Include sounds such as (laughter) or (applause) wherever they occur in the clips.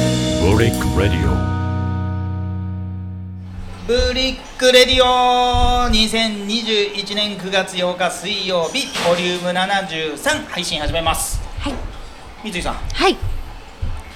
リック・レディブリックレディオ2021年9月8日水曜日ボリューム73配信始めますはい。三井さんはい。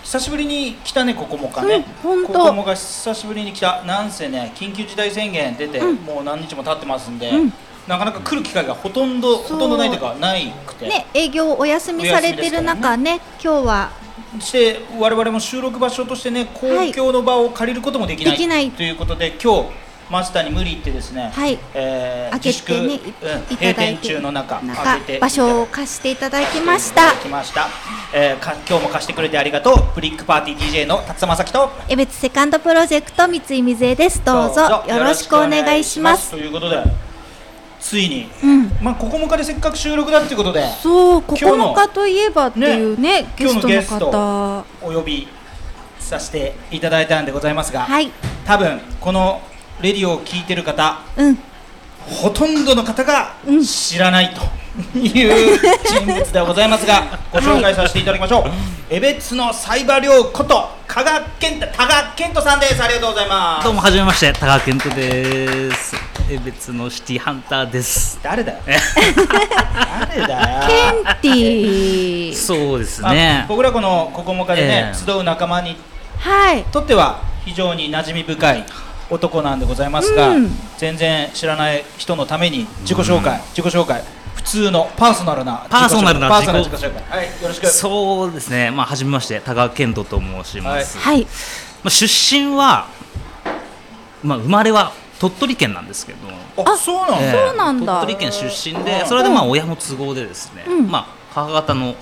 久しぶりに来たねここもかね、うんほんことこもが久しぶりに来たなんせね緊急事態宣言出て、もう何日も経ってますんで、うんなかなか来る機会がほとんどそうほとんどないというかないくて、ね、営業お休みされてる中ね、今日はそして我々も収録場所としてね公共の場を借りることもできない,、できないということで今日マスターに無理言ってですね、はいえー開けてね、い自粛うんい閉ただい店て中の中開けていただいて場所を貸していただきました。来ました、えーか今日も貸してくれてありがとうブリックパーティー DJ の辰田正樹と江別セカンドプロジェクト三井瑞恵です。どうぞよろしくお願いします。ということでついに、うん。まあ9日でせっかく収録だっていうことでそう、今日の9日といえばっていうね、ゲ今日スのトゲのスト方。お呼びさせていただいたんでございますが、はい。多分このレディオを聞いてる方うん。ほとんどの方がうん知らないという人物ではございますが、ご紹介させていただきましょう。江別のサイバリョウこと加賀健太、多賀健人さんです。ありがとうございます。どうも、はじめまして、高健人です。え、別のシティハンターです。誰だよ。誰 (laughs) だよ。ケンティー。そうですまあね。僕らこのここもかでね、ええ集う仲間にはい。とっては非常に馴染み深い男なんでございますが、うん全然知らない人のために自己紹介、自己紹介普通のパーソナルな自己紹介パーソナルなパー自己ソナル自己紹介はいよろしくそうですね。まあ、はじめまして、高健人と申します。はい。まあ、出身は。まあ、生まれは鳥取県なんですけど。あそうなの、ええそうなんだ鳥取県出身で、それで、まあ、親の都合でですね。うんまあ、母方の。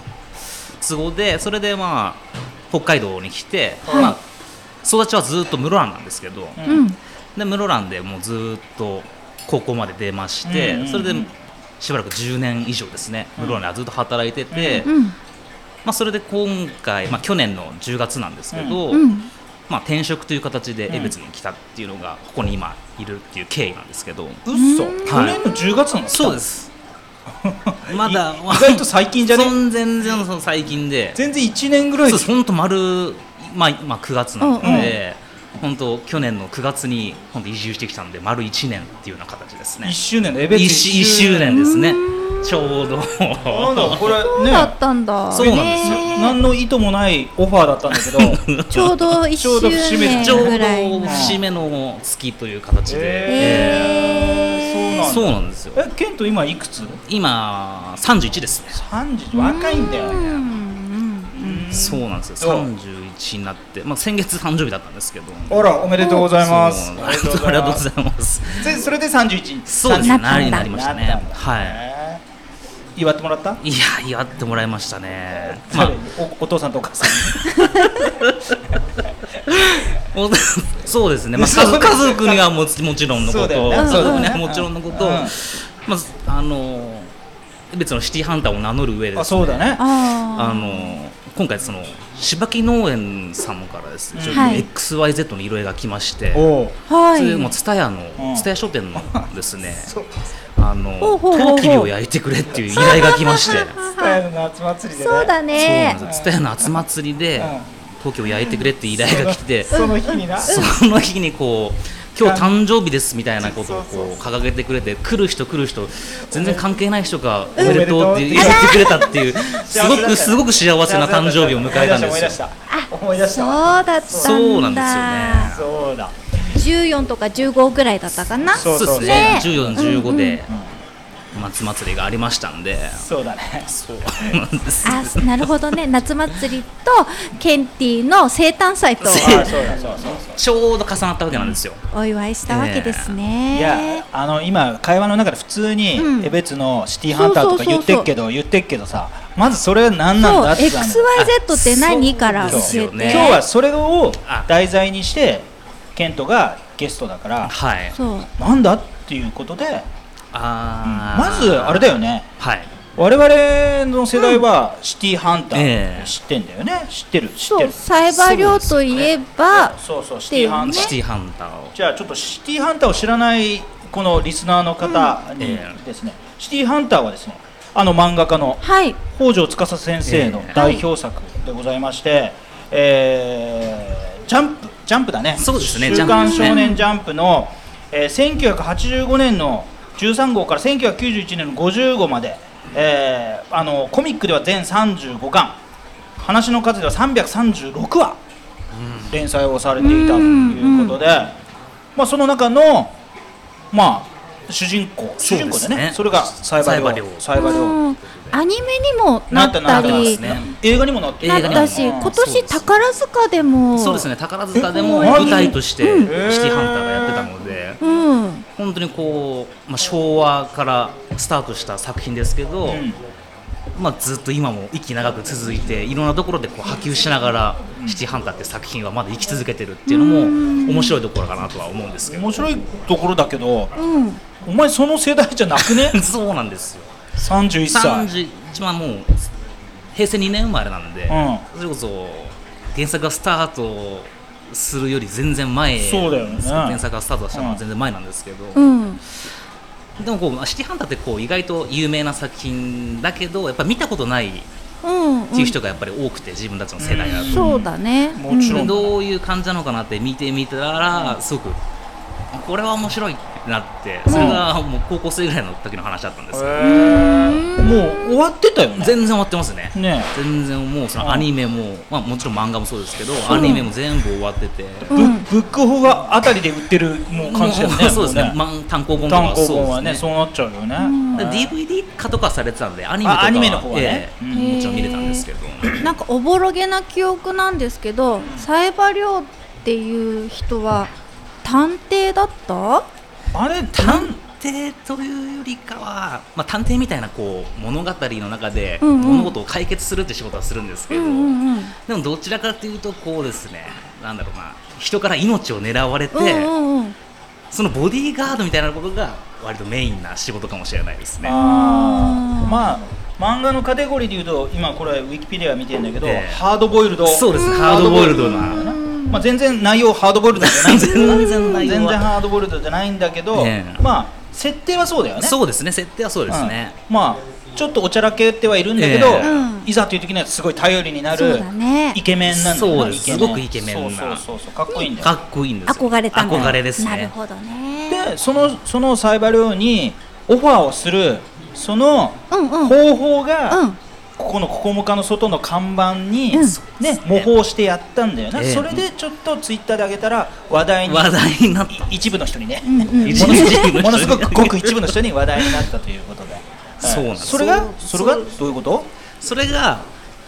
都合で、それで、まあ。北海道に来て、はいまあ。育ちはずっと室蘭なんですけど。ううんん。で室蘭でもうずーっと高校まで出まして、うんうんうんそれでしばらく10年以上ですねうん室蘭ではずっと働いてて、うまん。あ、それで今回、まあ、去年の10月なんですけど、うん。まあ、転職という形でうん江別に来たっていうのがここに今いるっていう経緯なんですけど、嘘うん去年の10月なのそう (laughs) ですまだい意外と最近じゃねそん全然その最近で全然1年ぐらいそでうですす本当丸、まあ、まあ9月なので、本当去年の9月に本当移住してきたので丸1年っていうような形ですね1周年のエベッ一周一周年ですねちょうどなんだこれそうねだったんだ。そうなんですよねえ何の意図もないオファーだったんだけ (laughs) どちょうど一周年ちょうどぐらいの。節目の月という形で、へーえーそうなんですよえケント今いくつ今31ですね3時若いんだよーうねんうんそうなんですよ31になって、まあ、先月誕生日だったんですけどあらおめでとうございますそうなんですありがとうございますでそれで31そうですなったねんだなりになりましたねなったんだはいい祝ってもらったいや祝ってもらいました (laughs) ねまあ誰おお父さんとお母さんお (laughs) そうですね、まあ、そう家族家族にはもちもちろんのこそうだよと、ねそうだよねうんもちろんのこと、うんまあ、あの別のシティハンターを名乗る上であです、そうだねああーの今回その柴木農園さんからですね、ちょっとはい XYZ の色絵が来まして、おうはそれでい。もう蔦屋のうん蔦屋書店のですね (laughs) そうほあうのほうほうほう陶器を焼いてくれっていう依頼が来ま (laughs) して蔦屋の夏祭りでねそうだそうなねん。ですよ蔦屋の集まつりで陶器を焼いてくれっていう依頼が来てその日になその日に (laughs) こう今日誕生日ですみたいなことをこう掲げてくれて来る人来る人全然関係ない人がおめでとうって言ってくれたっ (laughs) ていうすごくすごく幸せな誕生日を迎えたんですよ。思い出したそう思い出しただったんだ。そうなんですそうだ14とか15ぐらいだったかな。そうそうねですね14、15でうん夏祭りがありましたんでそうだねそうなんですあ、なるほどね。夏祭りとケンティの生誕祭とあそうだそうだそうだ (laughs) ちょうど重なったわけなんですよ。お祝いしたわけですいやね。あの今会話の中で普通にうん江別のシティハンターとか言ってっけど言ってっけどさまずそれは何なんそうだって言ったの XYZ って何から教そうですえよて。ね今日はそれをあ題材にしてケントがゲストだからはい。そうなんだっていうことであーまずあれだよねはい。我々の世代はシティハンターええ知ってんだよね知ってる知っそてうるサイバー寮といえばそうそうシっテていィうねハンターシティハンターを。じゃあちょっとシティハンターを知らないこのリスナーの方うんにええですね、シティハンターはですねあの漫画家のはい北条司先生のええ代表作でございまして、えジャンプジャンプだねそうですね週ジャン刊プですね少年ジャンプの、えー1985年の13号から1991年の50号まで、えーあのコミックでは全35巻話の数では336話連載をされていたということで、まあ、その中の、まあ、主人公主そ人うで公すねだねそれがサイバサイバリリョョウウサイバリョウうんアニメにもなったりななっったなってますね映画にもなってる映画にもたしうん今年宝塚でもそうですね宝塚でもえ舞台としてうんシティハンターがやってたのでうん本当にこう、まあ、昭和からスタートした作品ですけど、うんまあ、ずっと今も息長く続いていろんなところでこう波及しながら「シティハンター」って作品はまだ生き続けてるっていうのも面白いところかなとは思うんですけど面白いところだけどうんお前その世代じゃなくねそうなんですよ31歳31まあもう平成2年生まれなんで、うそれこそ原作がスタートするより全然前そうだよね原作がスタートしたのは全然前なんですけど、うんでもこうシティハンターってこう意外と有名な作品だけどやっぱ見たことないっうんていう人がやっぱり多くて、自分たちの世代だと。うんそうだねもちろんどういう感じなのかなって見てみたらすごくこれは面白いってなってそれがもう高校生ぐらいの時の話だったんですけどへーもう終わってたよね全然終わってますねね全然もうそのアニメもまあもちろん漫画もそうですけどアニメも全部終わっててブブックオフがあたりで売ってるもう感じだよもねうそうですねもう漫単行本と単か行本はそうねですそねうなっちゃうよねでうん DVD 化とかされてたんでアニメとあかアニメの方はねええうんうんもちろん見れたんですけどなんかおぼろげな記憶なんですけどサイバリョウっていう人は探偵だったあれ探偵というよりかは、まあ、探偵みたいなこう物語の中でうんうん物事を解決するって仕事はするんですけうんど、うんうんでもどちらかというとこうですねなんだろうな人から命を狙われて、うんうんうんそのボディーガードみたいなことが割とメインな仕事かもしれないですね。あーまあ漫画のカテゴリーでいうと今これウィキペディア見てるんだけど、ええハードボイルドそうですハードボイルドなまあ、全然内容ハードボイルドじゃない (laughs) 全然内容は全然ハードボイルドじゃないんだけど、ええまあ設定はそうだよねそうですね設定はそうですね、うんまあちょっとおちゃらけてはいるんだけど、ええうんいざという時にはすごい頼りになそうるだねイケメンなんだよねそうですイケメンすごくイケメンそなうそうそうそうかっこいいんだかよっこいいんですよ憧れたんだ憧れですなるねほどねでそのそのサイバル用にオファーをするそのうんうん方法が、うんここのここもかの外の看板に、うんね、模倣してやったんだよね、ええそれでちょっとツイッターで上げたら話題に話題になったい (laughs) 一部の人にね、うんうん一ものす一ごく部の人にものすごくごく一部の人に話題になったということで、 (laughs) そうなんですそれがそそれうがどういうことそれが、ま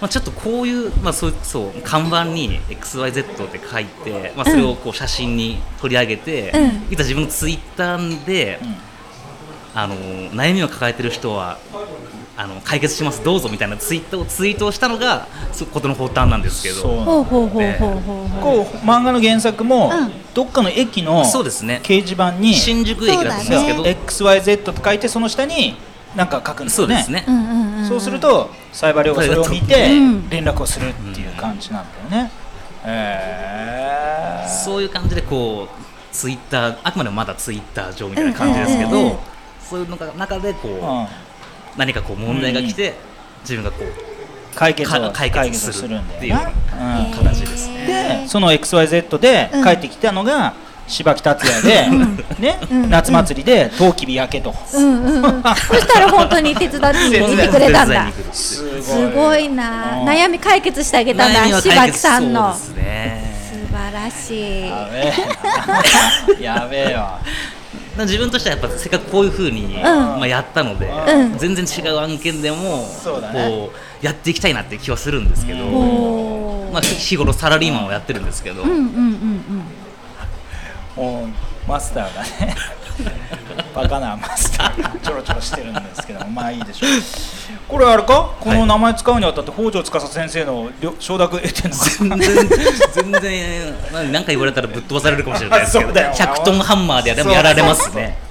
あ、ちょっとこういう、まあ、そうそう看板に XYZ って書いて、まあ、それをこう写真に取り上げて、ういざ自分のツイッターで、んあの悩みを抱えてる人はあの解決しますどうぞみたいなツイートをツイートをしたのがそうことの発端なんですけそうどなのほうほうほうほうほうほうこう漫画の原作も、うんどっかの駅のそう掲ですね示板に、新宿駅だったんですけそどうそう,、 XYZ と書いてその下に何か書くんですよねですね、うんうんうんんそうするとサイバー寮がそれを見てうん連絡をするっていう感じなんだよね、えーそういう感じでこうツイッターあくまでもまだツイッター上みたいな感じですけど、うんうんうんそういうのが中でこう、うん何かこう問題が来て、自分がこう解決をか解決す解るんだよっていうのがなうん形ですねでその XYZ でうん帰ってきたのが柴木達也で、ねうん夏祭りで「とうきび焼け」と。うんうんうんそしたら本当に手伝ってに来てくれたんだすすごいな悩み解決してあげたんだ柴木さんの素そうですね晴らしいやべえ (laughs) やべえよ自分としてはやっぱせっかくこういうふうに、まあ、やったので、うん全然違う案件でもそうだねこうやっていきたいなって気はするんですけど、おおまあ、日頃サラリーマンをやってるんですけど、うんうんうんもうマスターがね (laughs) バカなマスターがちょろちょろしてるんですけどもまあいいでしょうこれあれかこの名前使うにあたって北条司先生のりょ承諾得てんの全然全然何か言われたらぶっ飛ばされるかもしれないで (laughs) すけあそうどだよ100トンハンマーでやでもやられますね。えー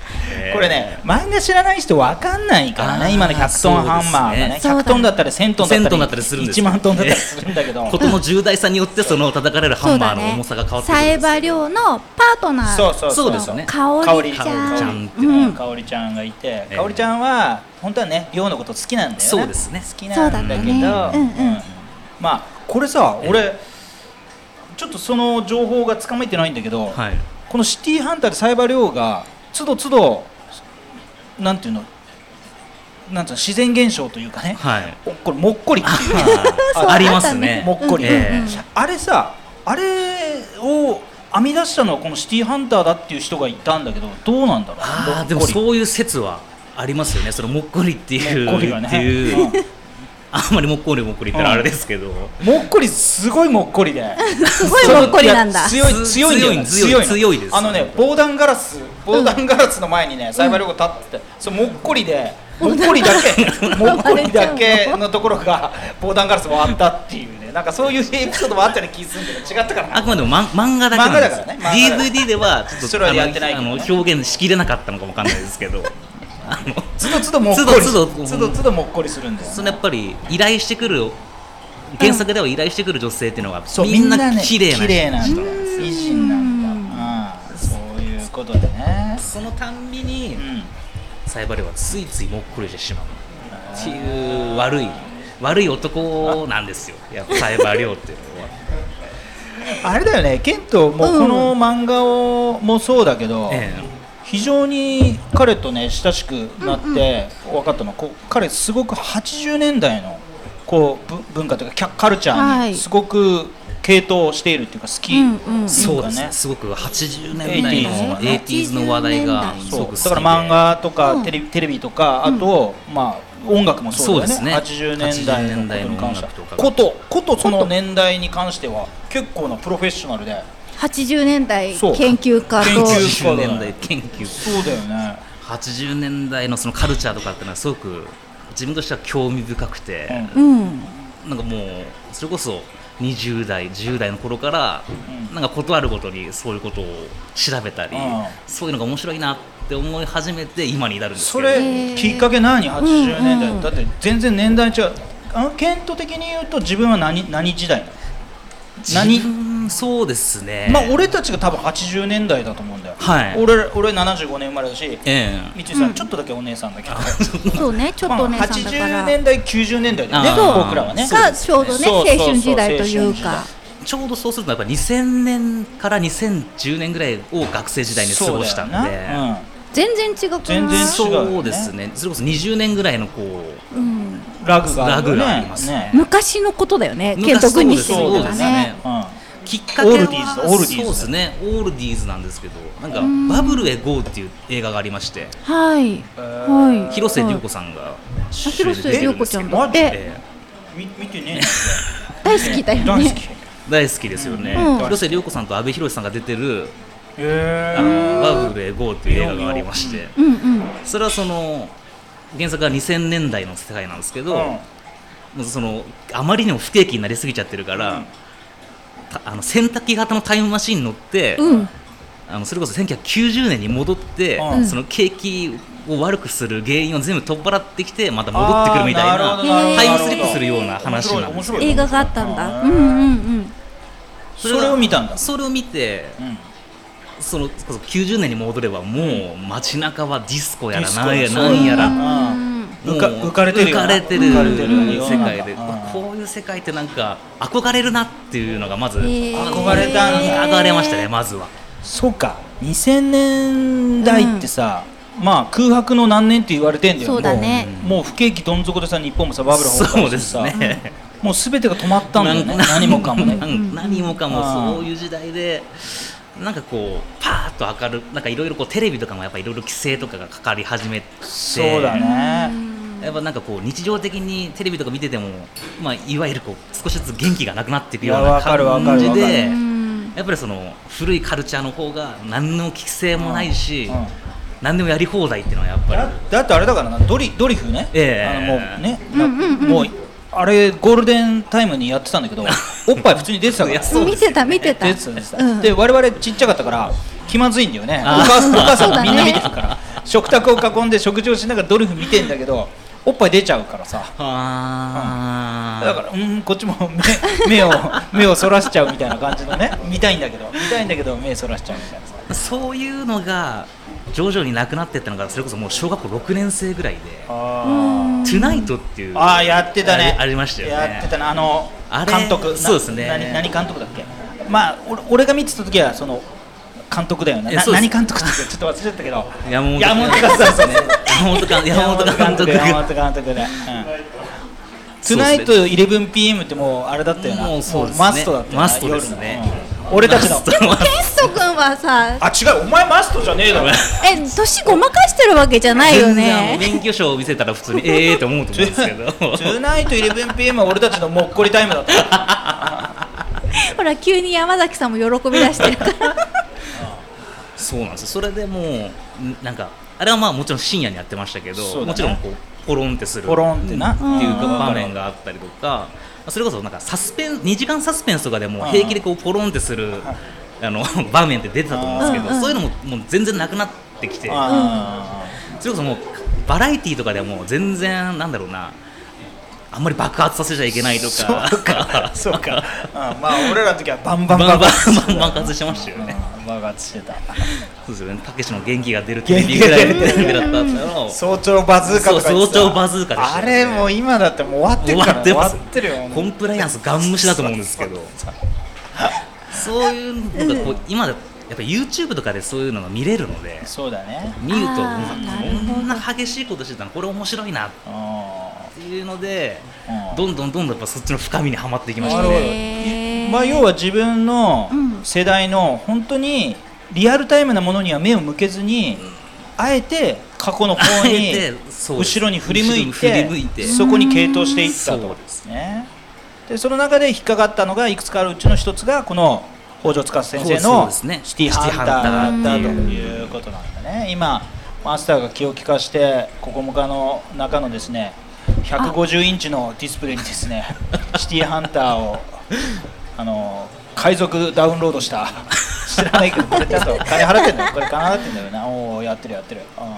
これね漫画知らない人わかんないからあねー今の100トンハンマーがねそうですね100トンだったり1000トンだったり1000トンだったりするんです1よ万トンだったりするんだけど (laughs) ことの重大さによってその叩かれるハそうンマだーのね重さが変わってくるんサでイすよバリョウのパートナーそうそうそうですね香織ち香ゃ織ちゃんんっていう香織ちゃんがいてえ香織ちゃんは本当はね寮のこと好きなんだよねそうですね好きなんだけどそうだねうんうんまあこれさ俺ちょっとその情報がつかめてないんだけど、はいこのシティハンターでサイバー量がつどつどなんていうのなんていうの自然現象というかね、 (laughs) はいおこれもっこりあありま (laughs) すねもっこり、えあれさあれを編み出したのはこのシティハンターだっていう人がいたんだけどどうなんだろうああでももっこりそういう説はありますよねそのもっこりっていうもっこりはねっていう、 (laughs) あんまりもっこりもっこりってのはあれですけど、もっこりすごいもっこりですごいもっこりなんだそのいや強いつ強いんだよね強のい強いですあのね防弾ガラス防弾ガラスの前にねサイバー旅行立っててそのもっこりでもっこりだ (laughs) けもっこりだけのところが防弾ガラス割ったっていうねなんかそういうエピソードもあったような気するんだけど違ったかあらくまでもマン漫画だけなんですよ漫画だからね漫画だ DVD ではちょっそとれはあのやってないけあどねの表現しきれなかったのかもわかんないですけどあのつどつどもっこりつどつどつどつどもっこりするんだよねそのやっぱり依頼してくる原作では依頼してくる女性っていうのが、そうみんな綺麗な綺麗な人人美人なんだうんそういうことでねそのたんびにうんサイバーレはついついもっこりしてしまうっていう悪い悪い男なんですよやっぱサイバー量っていうのは (laughs) あれだよねケントもうんこの漫画をもそうだけど、え非常に彼とね親しくなって分かったのは、こう彼すごく80年代のこうぶ文化というかキャカルチャはーにいすごく傾倒しているっていうか好き、うんうんえそうだですねねすごく80年代の 80s の 80s の話題がすそごうく好きだでから漫画とうかんテレビ,、テレビとかあと、まあ音楽もそうだよそうねです80ね年代のことに関してはことことその年代に関しては結構なプロフェッショナルで80年代そう研究家研究と家80年代研究そうだよね80年代のそのカルチャーとかっていうのはすごく自分としては興味深くて、うんうんなんかもうそれこそ20代10代の頃から、うんなんか断るごとにそういうことを調べたり、うんそういうのが面白いなって思い始めて今に至るんですそけどれーきっかけ何80年代、うんうんだって全然年代違うあのケント的に言うと自分は何何時代なの自分そうですね、まあ俺たちが多分80年代だと思うんだよ、はい俺ら俺75年生まれだしえ三井さん、うんちょっとだけお姉さんだけどそうねちょっとお姉さんだかまあ80ら年代90年代だよねあー僕らはねそうがちょうどねそう青そうそう春時代というかえちょうどそうするとやっぱ2000年から2010年ぐらいを学生時代に過ごしたんでそうだよな全然違くない全然そう違うよねですねそれこそ20年ぐらいのこううんうんラグがあるよねラグがありますね昔のことだよね健斗君にしてそうみでたすらねねうんきっかけはオールディーズだオールディーズだそうですねオールディーズなんですけどなんかん「バブルへ GO」っていう映画がありましてはいえーはい広末涼子さんが主演で出てるんですけ広末涼子ちゃどんだってええみ見てね大好きだ大よ好ねき大好きですよね、うん広末涼子さんと阿部寛さんが出てる「へあのーバブルへ GO」っていう映画がありましてうんうんそれはその原作は2000年代の世界なんですけど、うんもうそのあまりにも不景気になりすぎちゃってるから、うんたあの洗濯機型のタイムマシンに乗って、うんあのそれこそ1990年に戻って、うんその景気を悪くする原因を全部取っ払ってきてまた戻ってくるみたいあーなるほどるほどタイムスリップするような話なんです面白い面白い映画があったんだううんうんうんそれを見たんだそれを見てうんそのそれこそ90年に戻ればもう街中はディスコやらディスコなんやそうなんやうらんもう浮か浮かれてる浮よなかれてる浮かれてるよ世界でうんこういう世界ってなんか憧れるなっていうのがまず、へー憧れたんだ憧れましたねまずはそうか2000年代ってさ、まあ空白の何年って言われてんだよそうだねもうもう不景気どん底でさ日本もさバブル崩そ壊うしてですさ、ねもう全てが止まったんだよねなん何もかもね (laughs) なん何もかあーもそういう時代でなんかこうパーッと明るなんかいろいろこうテレビとかもやっぱいろいろ規制とかがかかり始めてそうだねやっぱなんかこう日常的にテレビとか見てても、まあ、いわゆるこう少しずつ元気がなくなっていくよういやわなかるわか感るじわかるでうんやっぱりその古いカルチャーの方が何の規制もないし、うんうん何でもやり放題っていうのはやっぱりだだってあれだからなドリドリフね、ええあのもうね、うんうんうんもうあれゴールデンタイムにやってたんだけ (laughs) どおっぱい普通に出てたかいらやそう見てた見てた出てた出てたうんで我々ちっちゃかったから気まずいんだよねおあー母さんお母さんそがうだねみんな見てるから、食卓を囲んで食事をしながらドリフ見てんだけどおっぱい出ちゃうからさあーだからうーんこっちも (laughs) 目目を目をそらしちゃうみたいな感じのね見たいんだけど見たいんだけど目そらしちゃうみたいなさそういうのが徐々になくなっていったのがそれこそもう小学校6年生ぐらいで「あトゥナイトっていうあーやってたねありありましたよねやってたなあのあれ監督なそうですね何何監督だっけまあ俺俺が見てた時はその監督だよねえなそうです何監督ってちょっと忘れちゃったけど山本山本監督ですよね山本監 (laughs) 山本監督山が本監督で、うん、トゥそうでナすイねト 11pm ってもうあれだったよなもうそうですねマストだったよなマストですね夜のうん俺た (laughs) ちのマストマスケンソ君はさあ違うお前マストじゃねえだ (laughs) ろえ年ごまかしてるわけじゃないよ全然あのね免許証を見せたら普通にええと思うと思うんですけどトゥナイト 11pm は俺たちのもっこりタイムだったよほら急に山崎さんも喜び出してるから (laughs) そうなんですよそれでもうんなんかあれはまあもちろん深夜にやってましたけど、そうだねもちろんこうポロンってするポロンってなうんっていううん場面があったりとかそれこそなんかサスペン2時間サスペンスとかでも平気でこうポロンってするあの (laughs) 場面って出てたと思うんですけうんうどんそういうのももう全然なくなってきてあそれこそもうバラエティーとかでも全然なんだろうなあんまり爆発させちゃいけないとーかそうかそうかうんまあ俺らの時はバンババンンババンンババンン爆発してましたよねうん爆発してたそうですよねたけしの元気が出るテレビぐらいのテレビだった (laughs) のを早朝バズーカとか言ってたそう早朝バズーカでしたあよねれもう今だってもう終わって終るわからってます終わってるよコンプライアンスガン無視だと思うんですけどそういうのがこう今だやっぱ YouTube とかでそういうのが見れるのでそうだね見るとあーなるほどこんな激しいことしてたのこれ面白いなっうんていうのでうんどんどんどんどんやっぱそっちの深みにはまっていきましなたるほどねへーまあ要は自分のうん世代の本当にリアルタイムなものには目を向けずにあえて過去の方あにえてそうです後ろに振り向い後ろてに振り向いてそこに傾倒していったとそうですねでその中で引っかかったのがいくつかあるうちの一つがこの北条司先生そうのですねシティハンターだったということなんだね今マスターが気を利かしてここもかの中のですね150インチのディスプレイにです (laughs) ねシティハンターをあの海賊ダウンロードした (laughs) 知らないけどこれちゃんと金払ってんだよこれ金払ってんだよなおおやってるやってる、うん、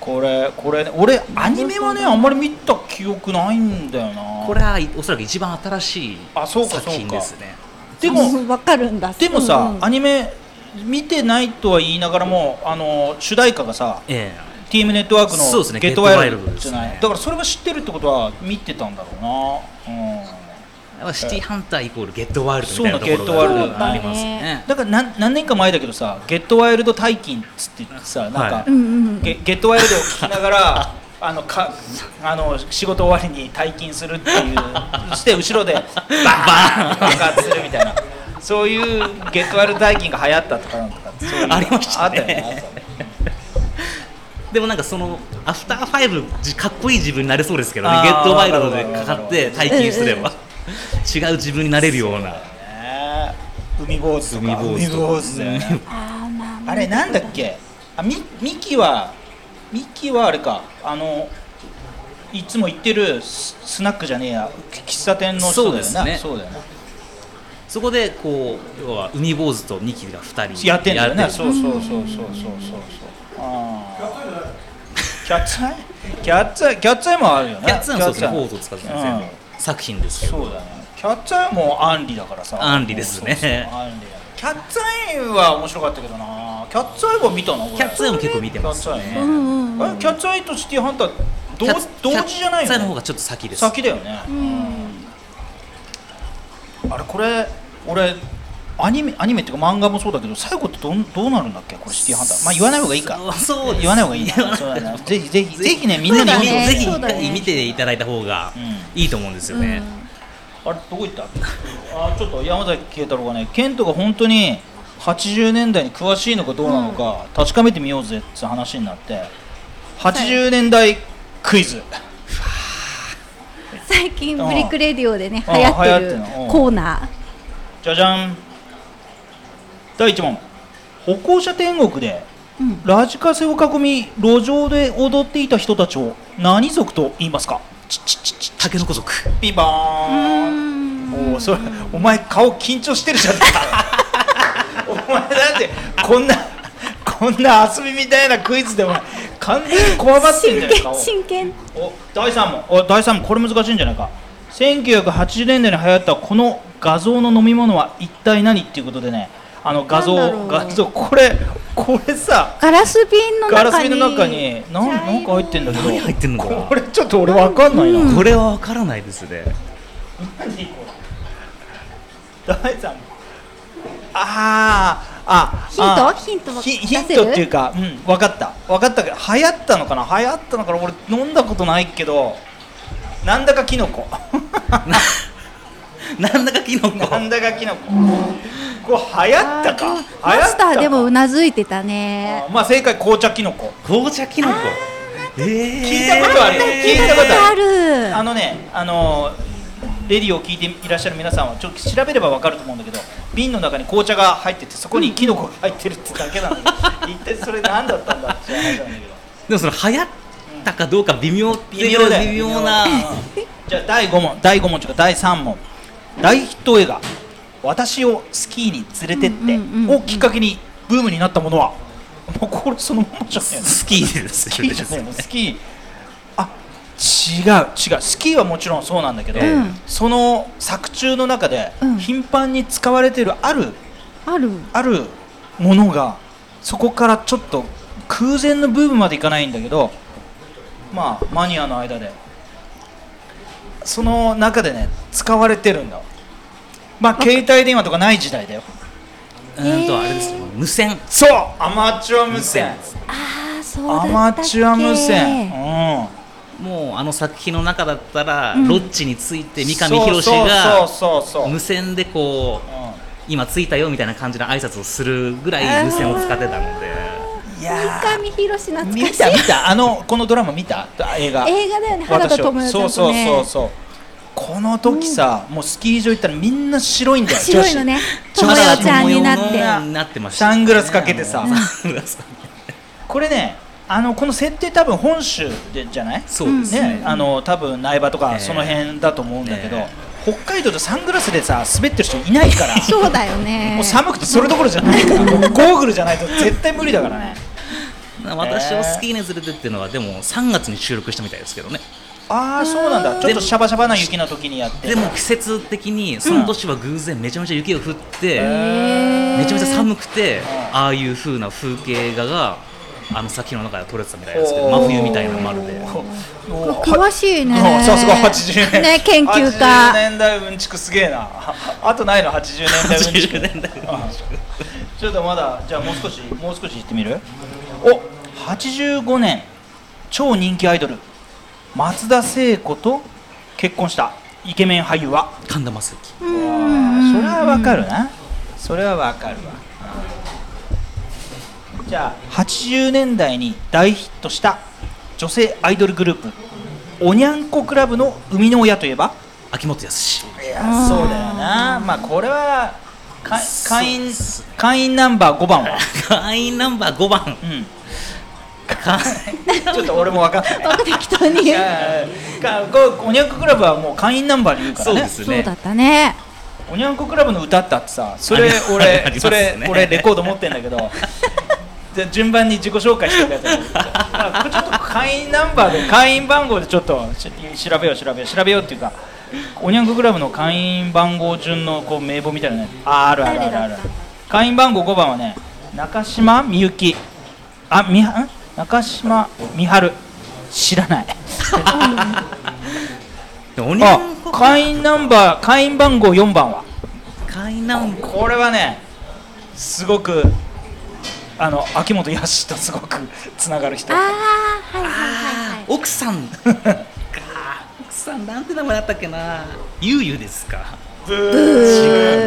これこれ俺アニメはねあんまり見た記憶ないんだよなこれはおそらく一番新しいあそうかそう作か品ですねでもうんわかるんだでもうんさうんアニメ見てないとは言いながらもあの主題歌がさえ TM ネットワークのそうですねゲットワイルゲットワイルドド」ですじゃねない、だからそれは知ってるってことは見てたんだろうな、うえやっぱシティハンターイコールゲットワールドみたいなとそうなころゲットワイルドがありますそうだねねん、だから何何年か前だけどさ「ゲットワイルド大金」っつってさなんか、はうんうんゲゲットワイルドを聞きながら (laughs) あのかあの仕事終わりに退勤するって (laughs) いうそして後ろでバーン爆発するみたいなそういうゲットワイルド大金が流行ったとかなんとかそういうのありましたねあったよねでもなんかそのアフターファイブじかっこいい自分になれそうですけどねあーゲットワイルドでかかってな体験すれば違う自分になれるようなね海坊主とか海坊主とか海坊主だよねあーまあまあれなんだっけあみミキはミキはあれかあのいつも行ってるススナックじゃねえや喫茶店の人だよそうでねすねそうだよねそこでこう要は海坊主とニキが2人やってんだよやねってそるうそうそうそうそうそうそうあーキャッツアイキャッツアイキャッツアイもあるよねキャッツアンそうですねフォートキャッツ塚先生の作品ですけアイどそうだねキャッツアイもアンリだからさアンリですねそうそうそうアンリだキャッツアイは面白かったけどなキャッツアイは見たのキャッツアイも結構見てますねキャッあツうんうんアイねえキャッツアイとシティハンター同キャッツ同時じゃないキャッツアイのよ方ねがちょっと先です先だよねうんあれこれ俺アニメアニメっていうか漫画もそうだけど最後ってどんどうなるんだっけこれシティハンターまあ言わない方がいいかそうそうです言わない方がいいな言わないそうだねぜひぜひぜひねみんなにそうだ見てほしいねぜひそうだね見ていただいた方がいいと思うんですよね、あれどこ行ったあちょっと山崎慶太郎がねケントが本当に80年代に詳しいのかどうなのか確かめてみようぜって話になって80年代クイズ、最近ブリックレディオでねあ流ー行ってる流行ってんのうんコーナーじゃじゃん第1問歩行者天国でうんラジカセを囲み路上で踊っていた人たちを何族と言いますかちちちちタケノコ族ピンポーンおおそれお前顔緊張してるじゃんお前だってこんなこんな遊びみたいなクイズでお前完全にこわばってん真じゃないか剣 (laughs) 真剣お第3問お第三問これ難しいんじゃないか1980年代に流行ったこの画像の飲み物は一体何っていうことでねあの画像なんだろう画像これこれさガラス瓶の中ガにラス瓶の中になんなんか入ってんだけど何入ってんのかなこれちょっと俺わかんないな、これは分からないですね (laughs) 何これ第3問あーあヒントあヒントはひ出ヒせるントっていうか、うん、分かった分かったけど流行ったのかな流行ったのかな俺飲んだことないけどなんだかキノ (laughs) コなんだかキノコなんだかキノコこれ流行ったか流行ったかマスターでもうなずいてたねあーまあ正解紅茶キノコ紅茶キノコえー聞いたことある聞いたことああるのねあのレディを聞いていらっしゃる皆さんはちょっと調べればわかると思うんだけど瓶の中に紅茶が入っててそこにキノコが入ってるってだけな (laughs) のに一体それ何だったんだって話なんだけどでもそれ流行ったかどうか微妙って微妙だよ微妙なうん (laughs) じゃあ第5問第5問というか第3問大ヒット映画「私をスキーに連れてってうんうんうん」うんをきっかけにブームになったものはもうこれそのままじゃねえのスキーですスキーじゃねえのスキーあ違う違うスキーはもちろんそうなんだけど、うんその作中の中でうん頻繁に使われているあるあるあるものがそこからちょっと空前の部分までいかないんだけどまあマニアの間でその中でね使われてるんだまあ携帯電話とかない時代だようーんとあれです無線そうアマチュア無線あーそうだアったマっけチュア無線うんもうあの作品の中だったら、うんロッチについて三上博史そがうそうそうそう無線でこうう今着いたよみたいな感じの挨拶をするぐらい無線を使ってたのでんいや三上博史ー懐見かしたい見たあのこのドラマ見たあ映画映画だよね原田知世私さをんそうとそうそうねそうこの時さ、もうスキー場行ったらみんな白いんだよ白いのね女子友よちゃんにな友よのってなってましたサングラスかけてさうんサングラスかけてこれねあのこの設定多分本州でじゃないそうですねね、あの多分苗場とえかえその辺だと思うんだけど、え北海道でサングラスでさ滑ってる人いないから (laughs) そうだよねもう寒くてそれどころじゃないからもうゴーグルじゃないと絶対無理だからね私をスキーに連れてっていうのはでも3月に収録したみたいですけどねああそうなんだちょっとシャバシャバな雪の時にやってでも季節的にその年は偶然めちゃめちゃ雪が降って、めめちゃめちゃ寒くて、うんああいう風な風景画があの先の中で撮れてたみたいですけどおー真冬みたいなま (laughs) るでおー詳しいねうんさすが80年ね研究80家年代うんちくすげえな (laughs) あとないの80年代うんちく80年代うんちくちょっとまだじゃあもう少しもう少し行ってみるお85年超人気アイドル松田聖子と結婚したイケメン俳優は神田正うそれんうんはわかるなそれはわかるわじゃあ80年代に大ヒットした女性アイドルグループおにゃんこクラブの生みの親といえば輝秋元康いやそうだよなまあこれはか会員会員ナンバー5番は (laughs) 会員ナンバー5番うん会ちょっと俺も (laughs) わかんないなんか適当にいやいやかこうおにゃんこクラブはもう会員ナンバーで言うからそうでねすそうだねったねおにゃんこクラブの歌ったってさそれ (laughs) あります俺ありますねそれ俺レコード持ってんだけ (laughs) どじゃあ順番に自己紹介してくれたらちょっと会員ナンバーで会員番号でちょっとし調べよう調べよう調べようっていうかおにゃんこクラブの会員番号順のこう名簿みたいなねああるあるあるある誰だっ会員番号5番はね中島みゆきあみはん中島みはる知らないおにゃあんこ会員ナンバー会員番号4番は会員ナンバーこれはねすごくあの秋元康とすごく (laughs) つながる人ああはいはいはいはい奥さん奥さんなんて名前だったっけなゆうゆですか違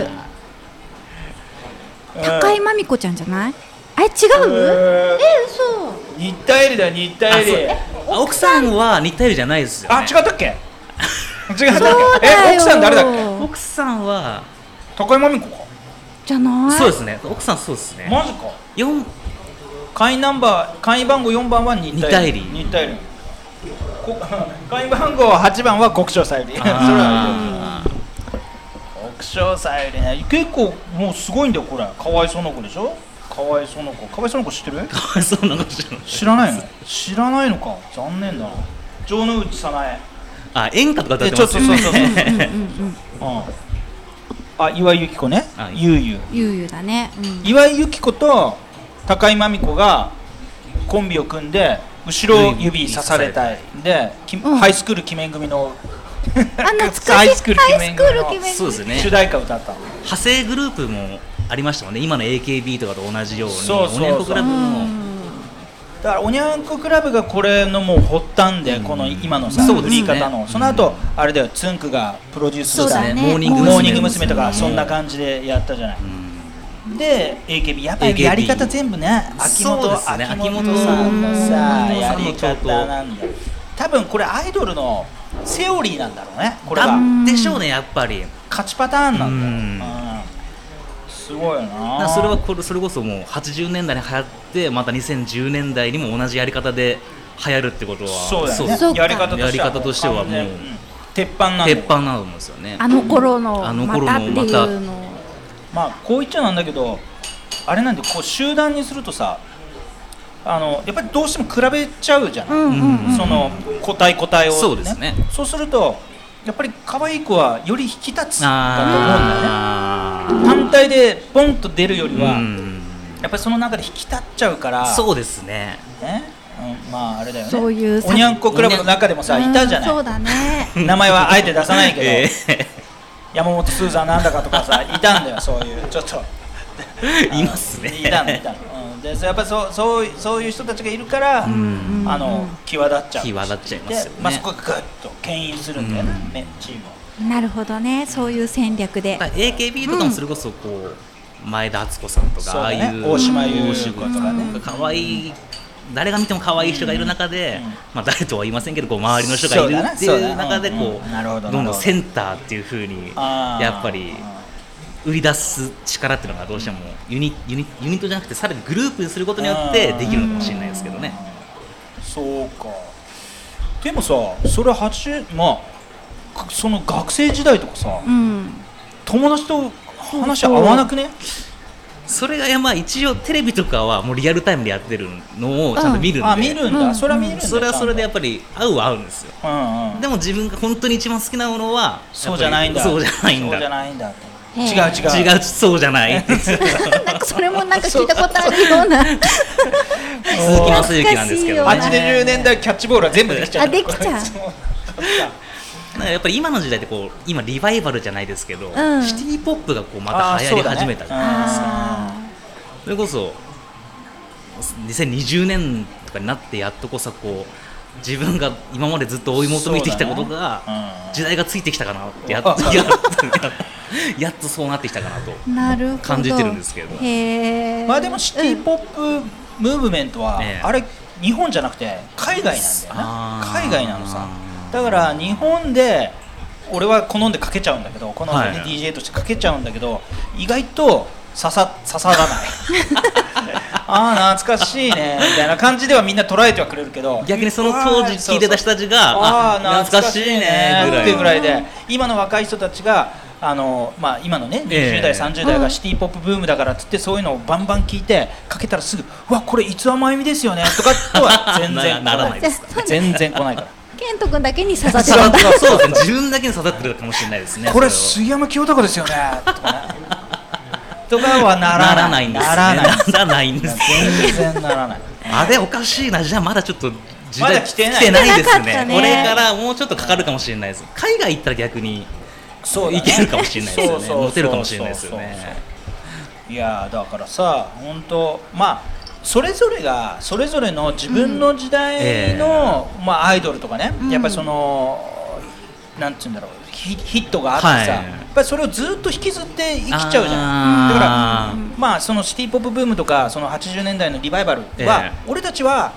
う高井真美子ちゃんじゃないあれ違うえう嘘ん日体入りだよ日体入りあそうあ奥さんは似たよりじゃないですよ、ね、あ違ったっ (laughs) け違ったっそうけだよえ奥さん誰だっけ奥さんは高井真美子かじゃないそうですね奥さんそうですねマジか (laughs) 四会員ナンバー会員番号4番は日体入り日日体入りこ (laughs) 会員番号8番は国生さゆり (laughs) それはあー国生さゆりね結構もうすごいんだよこれかわいその子でしょかわいその子かわいその子知ってるかわいそうなのじゃない知らないの知らないのか残念だな城之内早苗あ演歌とか歌ってえちょまっすとよねそうそうそううんうんうんうんあ岩井由紀子ねはいゆうゆうゆうゆうだねうん岩井由紀子と高井真美子がコンビを組んで後ろ指刺されたいで、きうんハイスクール鬼面組のあ懐かしい (laughs) ハイスクールハ鬼イス面クール組鬼面のそうですね主題歌歌った派生グループもありましたもんね今の AKB とかと同じようにそうそうそうおにゃんこクラブもだからおにゃんこクラブがこれのもう発端で、うんこの今のさ、そう振ですりね方の、その後、あれだよ、つんくがプロデュースそうした、だねモーニングモー娘。ニング娘。とか、うんそんな感じでやったじゃない。うんで、AKB、やっぱり AKB やり方全部ね、秋そう元,、ですね秋元さんのさ、秋元やさんのり方なんだよ。多分これ、アイドルのセオリーなんだろうね、これがだ。でしょうねやっぱり勝ちパターンなんだよ。うんうんすごいよだなからそれはこれそれこそもう80年代に流行ってまた2010年代にも同じやり方で流行るってことはそうだよねそうかやり方としてはやり方としてはもう完全にん鉄板なんだよ鉄板なのもんですよねあの頃のあのま頃のたっていうのをまあこう言っちゃなんだけどあれなんでこう集団にするとさあのやっぱりどうしても比べちゃうじゃん、うんうんうんその個体個体を、そうですねそうするとやっぱり可愛い子はより引き立つだあと思うんだよね単体でポンと出るよりーは、うんやっぱりその中で引き立っちゃうからそうですねね、うん、まああれだよねそういうおにゃんこクラブの中でもさいたじゃうんそなういだね名前はあえて出さないけど、え山本スーザンなんだかとかさいたんだよそういうちょっとえ (laughs) いますねいたのいたの、うん、でそうやっぱりそうそうそういう人たちがいるから、うんあの際立っちゃう際立っちゃいますよねでまあ、そこがグッと牽引するんだよね,、うんねチームをなるほどねそういう戦略でだから AKB とかもそれこそこう、前田敦子さんとそうか、だああねいう大島優大子島とか子とねかね可愛い誰が見ても可愛い人がいる中で、うんまあ、誰とは言いませんけどこう周りの人がいるってそうだいねう中でそうだねこうんなるほどなるほどうどんどんセンターっていうふうにあーやっぱり売り出す力っていうのがどうしてもユニユニユニットじゃなくてさらにグループにすることによってできるのかもしれないですけどね。そうかでもさそれ80まあくその学生時代とかさ、うん (laughs) 友達と話合わなくねそれがいやまあ一応テレビとかはもうリアルタイムでやってるのをちゃんと見るんで、あ見るんだ、うんそれは見るんだそれはそれでやっっぱり合うは合うんですよ。ぱ、うんうん、でも自分が本当に一番好きなものはそうじゃないんだやっぱりそうじゃないんそうじゃだないんだへえ違う違う違うそうじゃない (laughs) 鈴なんかそれもなんか聞いたことあるような木雅之なんですけど、ね、懐かしいよ80年代キャッチボールは全部できちゃうあできちゃうそう (laughs) なんかやっぱり今の時代ってこう今リバイバルじゃないですけど、うんシティ・ポップがこうまた流行り始めたじゃないですかあそ,、れこそ2020年とかになってやっとこそこう自分が今までずっと追い求めてきたことが、そうだねうん時代がついてきたかな (laughs) ってやっあとやっとやっとそうなってきたかなとーなるほど感じてるんですけどへえまあでもシティ・ポップムーブメントは、ええあれ日本じゃなくて海外なんだよねあー海外なのさだから日本で俺は好んでかけちゃうんだけどこのはい DJ としてかけちゃうんだけど、意外と刺さ刺さらない (laughs) ああ懐かしいねみたいな感じではみんな捉えてはくれるけど逆にその当時聞いてた人たちがあああ懐懐かかししいねいねっぐらいていうぐらいで今の若い人たちがあの、まあ、今のねえ20え代30代うがんシティ・ポップブームだからっつってそういうのをバンバン聞いてかけたらすぐ「うわこれ逸話真由美ですよね」とかとは (laughs) 全然ならないです来ない全然来ない (laughs) からケント君だけに刺さってるんだそうですね自分だけに刺さってるかもしれないですね「これそ杉山清貴ですよね」とかねとかはなはなららなないいんですねならないならないんです全然ならないあれおかしいなじゃあまだちょっと時まだ代来てないです来てなかったねねこれからもうちょっとかかるかもしれないです海外行ったら逆にそうだねいけるかもしれないですよねそうそうそうモテるかもしれないですそうそよねうそういやーだからさ本当まあそれぞれがそれぞれの自分の時代の、まあ、アイドルとかね、うんやっぱりそのなんて言うんだろうヒヒットがあってさ、はいやっぱりそれをずっと引きずって生きちゃうじゃんあーだから、まあそのシティ・ポップブームとかその80年代のリバイバルは、ええ俺たちは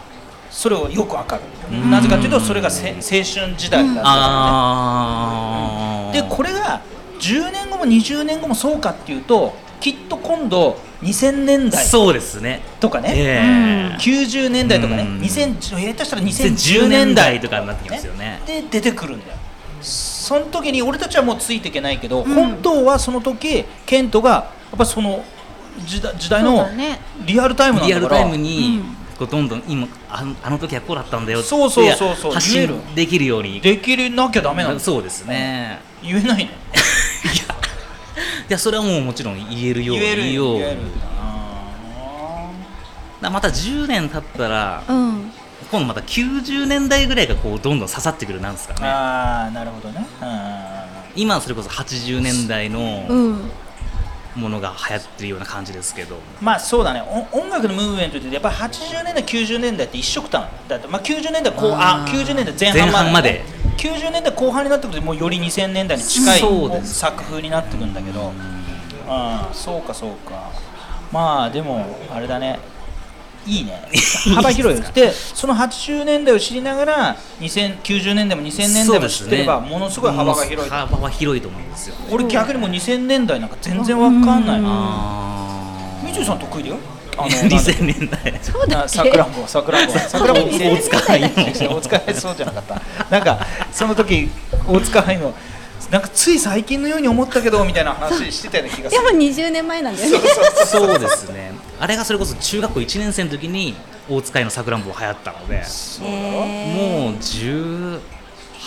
それをよくわかるなぜかというとそれがせ青春時代だったからね、ああでこれが10年後も20年後もそうかっていうときっと今度2000年代そうですねとかね、ええ90年代とかねうん2000下手したら2010年2010年代代ととかかになってきますよねで出てくるんだよその時に俺たちはもうついていけないけど、本当はその時ケントがやっぱその時代時代そうのだねリアルタイムなんリアだルかタイらムにこうどんどん今あのあの時はこうだったんだよってそうそうそうそう発言える信できるようにできなきゃダメなんだそうですね言えないねいやそれはもうもちろん言えるよ言うえるに言ようえるんだだまた10年経ったらうん今度また90年代ぐらいがこうどんどん刺さってくるなんですかなねあーなるほどねうん今それこそ80年代のうんものが流行ってるような感じですけどまあそうだねお音楽のムーブメントってやっぱり80年代90年代って一色たんだって、まあ、90年代後ああー90年代前半まで,、前半90年代後半になってくるともうより2000年代に近いそうです作風になってくるんだけど、ああそうかそうかまあでもあれだねいい (laughs) ね幅広いですでその80年代を知りながら2090年代も2000年代も知ってればそうですねものすごい幅が広い、幅は広いと思うんですよね俺逆にもう2000年代なんか全然わかんないうんなあみちゅうさん得意だよ (laughs) あの2000年代そうだっけさくらんぼさくらんぼさくらんぼ大塚杯の大塚杯そうじゃなかったなんかその時大塚杯のなんかつい最近のように思ったけどみたいな話してたような気がすでるも20年前なんだよねそうですねあれがそれこそ中学校1年生の時に大塚愛のさくらんぼ流行ったのでえーもう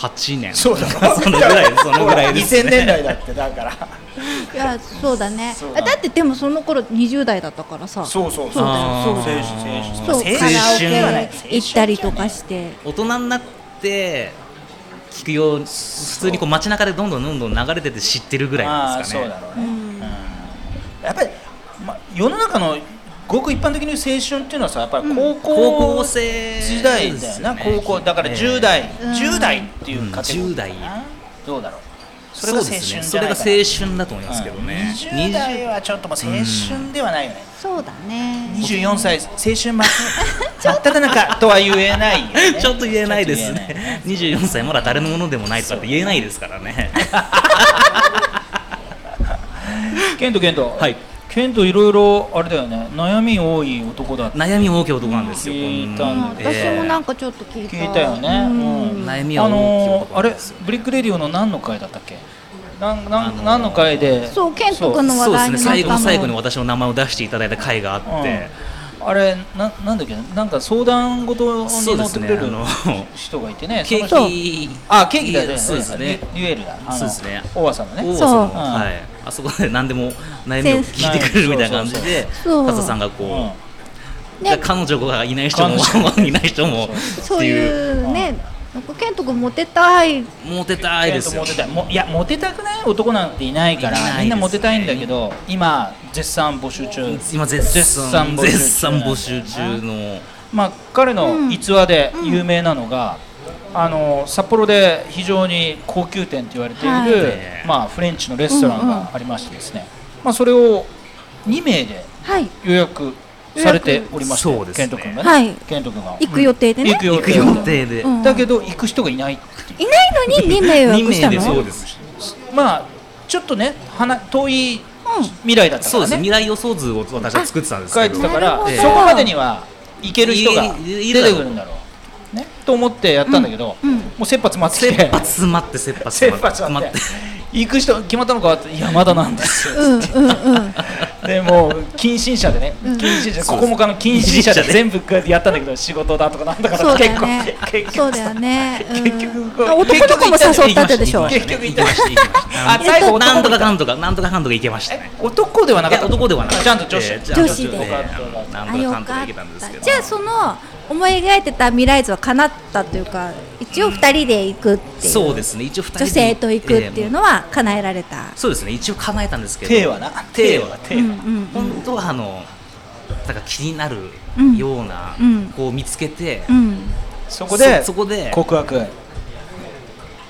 18年そうだろ (laughs) そのぐらいそのぐらいです2000ね年代だってだからいやそうだねそうだあだってでもその頃20代だったからさそうそうそうだよそう青だよ春青そ春う青春カラオケはね行ったりとかして大人になって聞くよう普通にこう街中でどんどんどんどん流れてて知ってるぐらいあであすかそうねだろううねんやっぱり、ま、世の中のごく一般的に青春っていうのはさやっぱり高校,、高校生時代だよな、ですね高校だからええ10代、うん10代っていうカテゴリーうん10代かなどうだろうそれが青春じゃないそうですねそれが青春だと思いますけどね、うん20代はちょっともう青春ではないよね、そうだね24歳青春真 (laughs) っ真っ只中とは言えないよね、ちょっと言えないですちょっと言えないね。24歳まだ誰のものでもないとかって言えないですからね。ケントケントはいケントいろいろあれだよね悩み多い男だって悩み大きい男なんですよ。聞いうんたんこん私もなんかちょっと聞いた聞いたよねううんん悩みはあ大きいのー、男あなんれですよ。ブリックレディオの何の回だったっけなんなん、あのー何の回でそう健人君の話そうです題ね。になった最後の最後にの私の名前を出していただいた回があって、うんあれななんだっけなんか相談事にそう乗でってすくねれるあの人がいてねケそのー人キあケーキだよねそうですね。デュエルだあのそうですね大和さんのね王そう様うんはい。あそこで何でも悩みを聞いてくれるみたいな感じで、そうカズさんがうこんう、じゃあ彼女がいない人も彼い (laughs) ない人もっそうていいう。うねなんか健人君モテたいモテたいですよモ。テたいもいやモテたくない男なんていないからいないですねみんなモテたいんだけど今絶賛募集中今絶賛中絶賛募集中の。まあ、彼うのん逸話で有名なのが、あの札幌で非常に高級店と言われている、はいまあ、フレンチのレストランうんうがありましてですね、まあ、それを2名ではい予約されておりまして、そうです健ね人君がね、はい健人君が行く予定でね行く予行く定予定で。うんだけど行く人がいないっていういないのに2名予約したでそうのです。まあちょっとね花遠い未来だったかそうらです。ね未来予想図を私は作ってたんです書けいてどた。かなるらほどそこまでには行ける人がいい出いるだてろうくるんだろう、ね、と思ってやったんだけど、うんうんもう切羽詰まってきて切羽詰まって切羽切詰羽まって詰まって行く人決まったのかっていやまだなんですようんうんうんでもう近親者でね近親者そう9日の近親者で近親者で全部こうやってやったんだけど仕事だとかなんだかそらうだ結よ構ね結そう局だよね、うん、結局こうあ男の子も誘ったってでしょ結局行ってまし行きましたあ最後なんとか男かんとかなんとかかんとか行けましたえね。男ではないかったや男ではなくてちゃんと女子えー女子でえーあなんあとかよかんとかか行っけたんですけたど。じゃあその思い描いてた未来図は叶ったというか一応二人で行くっていうそうですね。一応二人で女性と行くっていうのは叶えられたえー、そうですね。一応叶えたんですけど。手はな手は手うんうんは本当はあのなんか気になるようなうんこう見つけてうんうんそこでそそこで告白っ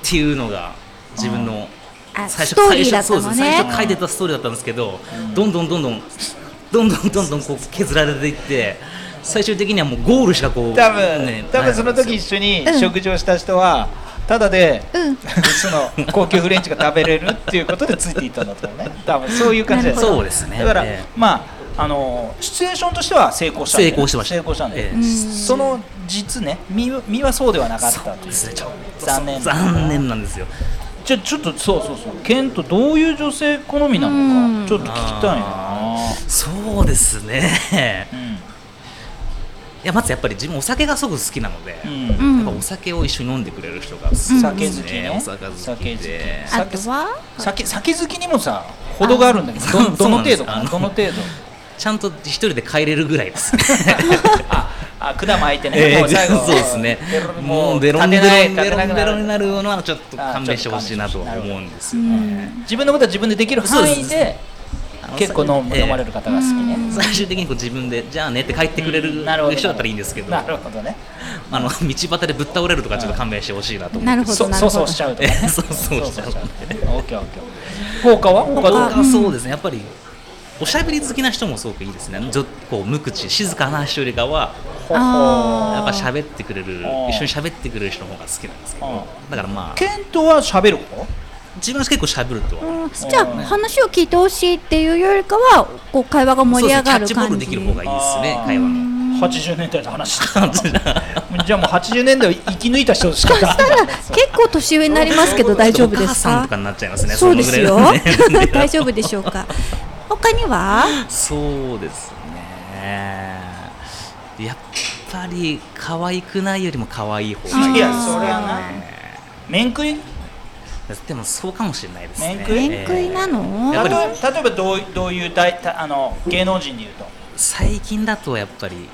ていうのが自分の。あ最初ストーリーだった最初そのうです最ね初書いてたストーリーだったんですけど、どんどんどんどんどんどんどんどんこう削られていって最終的にはもうゴールしかこう多分多分その時ないん一ですよ緒にうん食事をした人はただでうんその高級フレンチが食べれるっていうことでついていったんだと思うね多分そういう感じだよねなるほどそうですねだから、ええまああのシチュエーションとしては成功したんだよ成功しました成功したんだよ、ええうんその実ね身は身はそうではなかったというですねちょっと残念残念なんですよじゃあちょっとそうそうそうケントどういう女性好みなのかうんちょっと聞きたいなあーそうですねいやまずやっぱり自分お酒がすごく好きなので、うん、ううんやっぱんお酒を一緒に飲んでくれる人が好きですね酒好きねお酒好きで酒あとは酒酒好きにもさ程があるんだけどどどの程度かなどそうのなん程度ちゃんと一人で帰れるぐら (laughs) いですああ管巻いてね、えもーう最後そうですねベロ。ももううベロンベ立てないロンベロンベロンにな立てるのはちょっと勘弁してほしいなとはあちょっと勘弁して思うんですよね。自分のことは自分でできる範囲そうで結構飲むええ飲まれる方が好きね最終的にこう自分でじゃあねって帰ってくれるうんなるほど人だったらいいんですけどなるほどねあの道端でぶっ倒れるとかちょっと勘弁してほしいなと思なってるほどそなそるうそほうしちどゃ (laughs) うとかねそうそうそしちゃううしオッケーオッケー効果は効果どう僕はそうですねやっぱりおしゃべり好きな人もすごくいいですねちょっとこう無口静かな人よりかはあーやっぱ喋ってくれるあー一緒に喋ってくれる人の方が好きなんですけあどだからまあケントは喋る方自分は結構喋るとはうんじゃうんあ話を聞いてほしいっていうよりかはこう会話が盛り上がる感じそうですねキャッチボールできる方がいいですねあー会話の80年代の話 (laughs) あじゃあもう80年代を生き抜いた人しかそしたら結構年上になりますけど大丈夫でお母すさんかとかになっちゃいますねそうですよのぐらいの (laughs) ね大丈夫でしょうか他にはそうですねやっぱり可愛くないよりも可愛い方がいいいやですねそりゃな面食いでもそうかもしれないですね面食い面食いなのやっぱり例えば例えばどういどういう大体あの芸能人でいうと最近だとやっぱり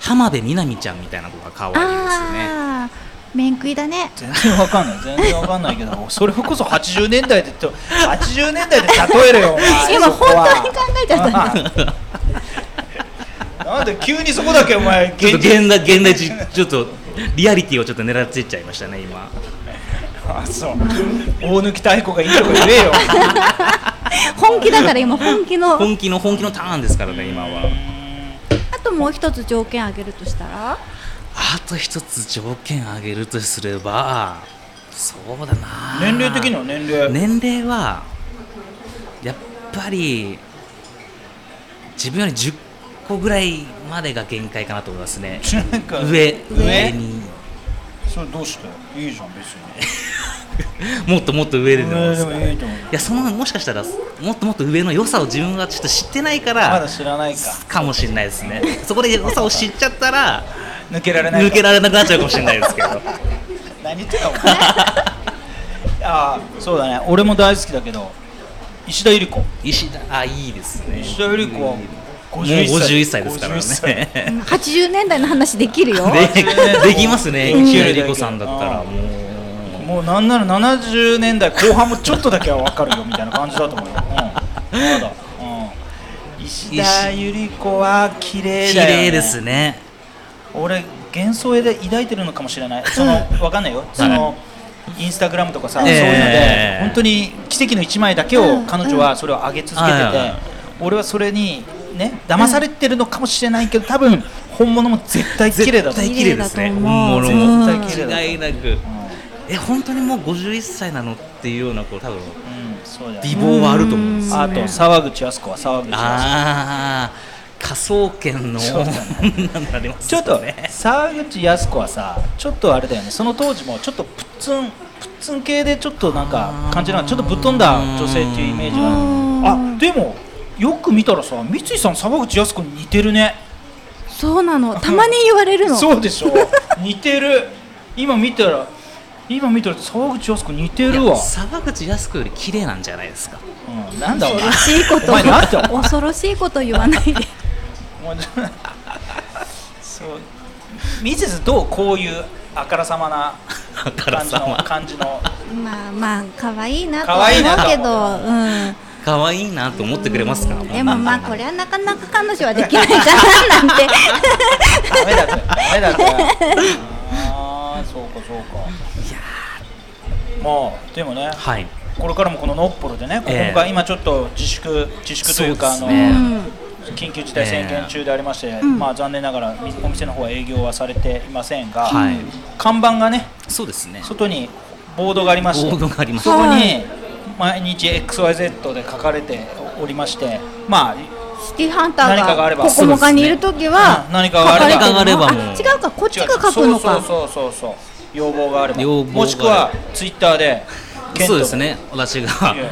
浜辺美波ちゃんみたいな子が可愛いですねああ面食いだね全然わかんない全然わかんないけどそれこそ80年代でと80年代で例えるよお前今そこ本は当に考えちゃったんだなんで急にそこだけお前ちょっと現現代現代人ちょっとリアリティをちょっと狙っていっちゃいましたね今あそう大貫妙子がいいとこ言えよ本気だから今本気の本気の本気のターンですからね今はあともう一つ条件あげるとしたらあと一つ条件挙げるとすればそうだな年齢的には年齢、年齢はやっぱり自分より10個ぐらいまでが限界かなと思いますねなんか上上にそれどうしていいじゃん別にもっともっと上ででもいいですか上でもいいと思ういやそのもしかしたらもっともっと上の良さを自分がちょっと知ってないかまらだ知らないかかもしれないですねそこで良さを知っちゃったら抜けられない抜けらられなくなっちゃうかもしれないですけど何言ってんのお前 (laughs) あーそうだね俺も大好きだけど石田ゆり子石田あいいですね石田ゆり子はもう51歳51歳ですから51歳ね80年代の話できるよでできますね (laughs) うん石田ゆり子さんだったらうんももううなんなら70年代後半もちょっとだけは分かるよみたいな感じだと思うよ、うん、まだ、うん、石田ゆり子は綺麗綺だよ、ね、麗ですね俺幻想で抱いてるのかもしれないそ (laughs) の分かんないよその、インスタグラムとかさ、えそうえいうので本当に奇跡の一枚だけをうん彼女はそれを上げ続けてて、はい俺はそれにね騙されてるのかもしれないけど多分本物も絶対綺麗だと絶思対う綺麗ですね綺麗だと本思う物も絶対綺麗だと思う違いなくえ本当にもう51歳なのっていうようなこう多分うん、うんそうだ美よね貌はあると思うんですよあと沢口靖子は沢口靖子ああ科捜研のそうだ女になりますちょっとね沢口靖子はさちょっとあれだよねその当時もちょっとプッツンプッツン系でちょっとなんか感じなのちょっとぶっ飛んだ女性っていうイメージがあるうんあでもよく見たらさ三井さん沢口靖子に似てるねそうなのたまに言われるのそうでしょ似てる今見たら今見たら沢口靖子似てるいやわ、沢口靖子より綺麗なんじゃないですかうん、なんだお前恐ろしいことお前なんだお前恐ろしいこと言わないでもうちょ (laughs) そう三井さんどうこういうあからさまなあから感じさのま感じのまあまあ可愛いなと可は愛いなと思うけど可愛いなと思ってくれますかうんでもまあこれれはなかなか彼女はできないか (laughs) ななんてダメだこれダメだこ (laughs) れあーそうかそうかまあでもねはいこれからもこのノッポロでねここええが今ちょっと自粛自粛というかそうですねあうのん緊急事態宣言中でありまして、んまあ残念ながらお店の方は営業はされていませんが、はい看板がねそうですね外にボードがありましてボードがありますそこはに毎日 XYZ で書かれておりましてまあシティハンター何かがあれがばここもかにいるときはうん何かがあれば書かてるの何かがあればもう違うかこっちが書くのそうそかうそうそう要望があれば要望があればもしくはツイッターでケントそうですね私がいや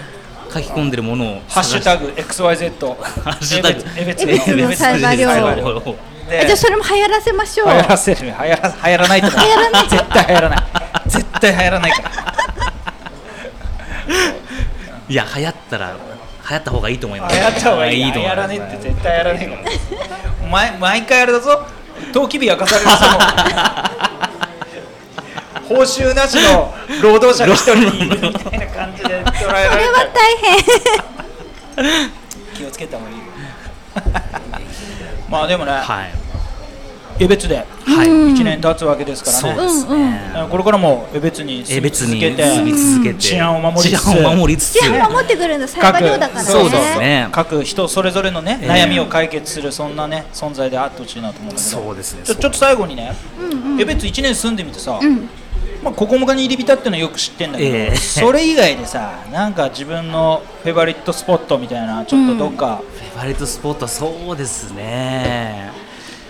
書き込んでるものをハッシュタグ XYZ ハッシュタグエベツエベツエのベツサイバー量量でえじゃあそれも流行らせましょう流行らせる流行ら流行らないとか流行らない絶対流行らない絶対流行らないからいや流行ったら流行った方がいいと思います流行った方がいいいと流思行いまらすねえって絶対やらねえからお前毎回あれだぞ登記日明かされるその報酬なしの労働者が一人いるみたいな感じで捉えられ (laughs) たそれらは大変気をつけた方がいいよ (laughs) まあでもね、はい江別ではい、うん1年経つわけですからそうね、ですうんね、これからも江別にえ住み別続にけて住み続けて治安を守りつつ治安を守りつつ治安守ってくれるのサイバー寮だからねそうですね各人それぞれのね、ええ悩みを解決するそんなね存在であってほしいなと思うんだけどそうですねちょちょっと最後にね、江別1年住んでみてさ、まあ、ここもかに入り浸ってのはよく知ってんだけど、ええそれ以外でさなんか自分のフェバリットスポットみたいなちょっとどっかフェバリットスポットはそうですね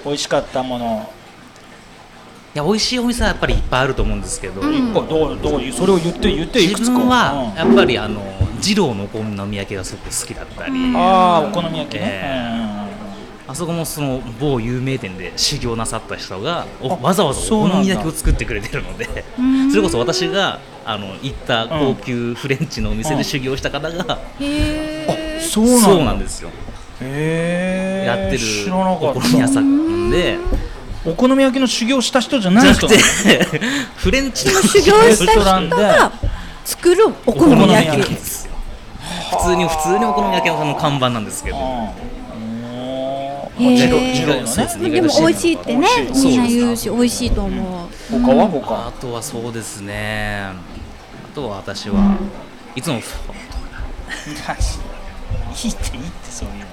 美味しかったもの、いや美味しいお店はやっぱりいっぱいあると思うんですけど、こうどうどういうそれを言って言っていくつ自か分うんはやっぱりあの二郎のお好み焼きがすごく好きだったり、ああお好み焼きね、えあそこもその某有名店で修行なさった人がおあわざわざそうおなんだ好み焼きを作ってくれてるのでそれこそ私があの行った高級フレンチのお店うんで修行した方が、へうんえそうなんだそうなんですよ、へえやって知るらなかおった好み屋さんでお好み焼きの修行した人じゃなじゃいなく人て (laughs) フレンチの修行した人が作るお好みお好み焼焼ききですよ普通に普通にお好み焼き屋さんの看板なんですけどうんへージロジロのそうですねねでも美味しいってね美味しいみんな言うし美味しいと思う他はあ他とはそうですねあとは私はいつもいいっていいってそういうの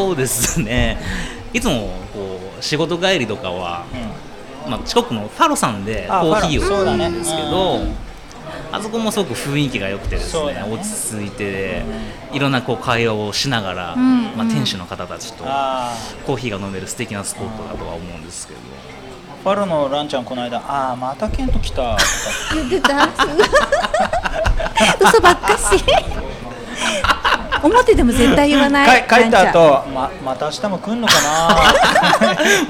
そうですねいつもこう仕事帰りとかは、まあ、近くのファロさんでコあーヒーファロそをうだね飲むんですけど、あそこもすごく雰囲気が良くてですそうねだね落ち着いていろんなこう会話をしながら、んまあ、店主の方たちとあコーヒーが飲める素敵なスポットだとは思うんですけど (laughs) あファロのランちゃんこの間ああまたケント来たとか言ってた (laughs) 嘘ばっかし表でも絶対言わないか帰っなんたちゃん後ままた明日も来んのか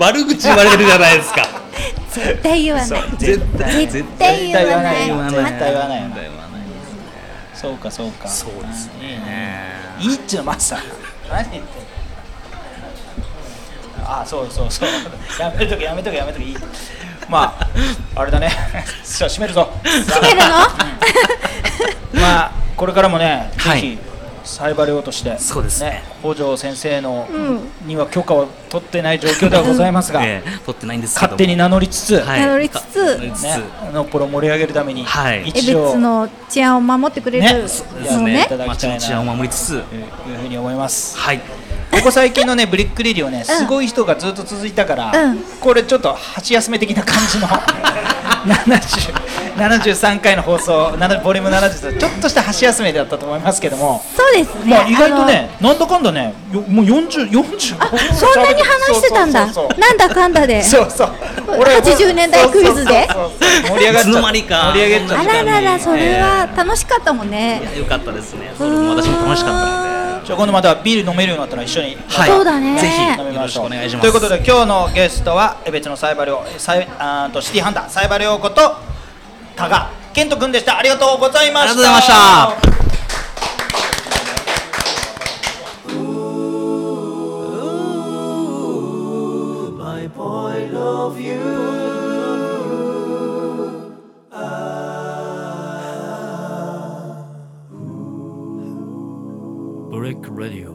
悪口言われてるじゃないですか絶対言わない絶対絶対言わない絶対言わない絶対言わない絶対言わないなそうかそうかそうですねいいっちゅうのマスター何言ってんのあそうそうそうやめとけやめとけやめとけいいまああれだね (laughs) じゃあ閉めるぞ閉めるのまあこれからもね、はいぜひサイバル用としてそうですね北条先生の、うんには許可を取ってない状況ではございますが、ええ取ってないんですけど (laughs) 勝手に名乗りつつ、はい名乗りつつ名乗りつつね、あのプロを盛り上げるために、はい江 (laughs) 一応別の治安を守ってくれるねそそうでですすうねいたねだき街たいなの治安を守りつつというふうに思います。はいここ最近のねブリックレディオねすごい人がずっと続いたから、うんこれちょっと箸休め的な感じの (laughs) 70 73回の放送ななボリューム70とちょっとした箸休めだったと思いますけども、そうですねまあ意外とねなんだかんだねよもう40 45あのあそんなに話してたんだそうそうそうなんだかんだでそうそう80年代クイズでそうそうそうそう盛り上がっちゃっいつたの間にか盛り上がっちゃあっらららそれはええ楽しかったもんいねやよかったですねそれも私も楽しかったのたでじゃあ今度またビール飲めるようになったら一緒にはいそうだねぜ飲みひよまろししょくうお願いしますということで今日のゲストは江別のサイバルをサイあーとシティハンターサイバル用こと多賀健人君でしたありがとうございましたありがとうございましたブレック・ラディオ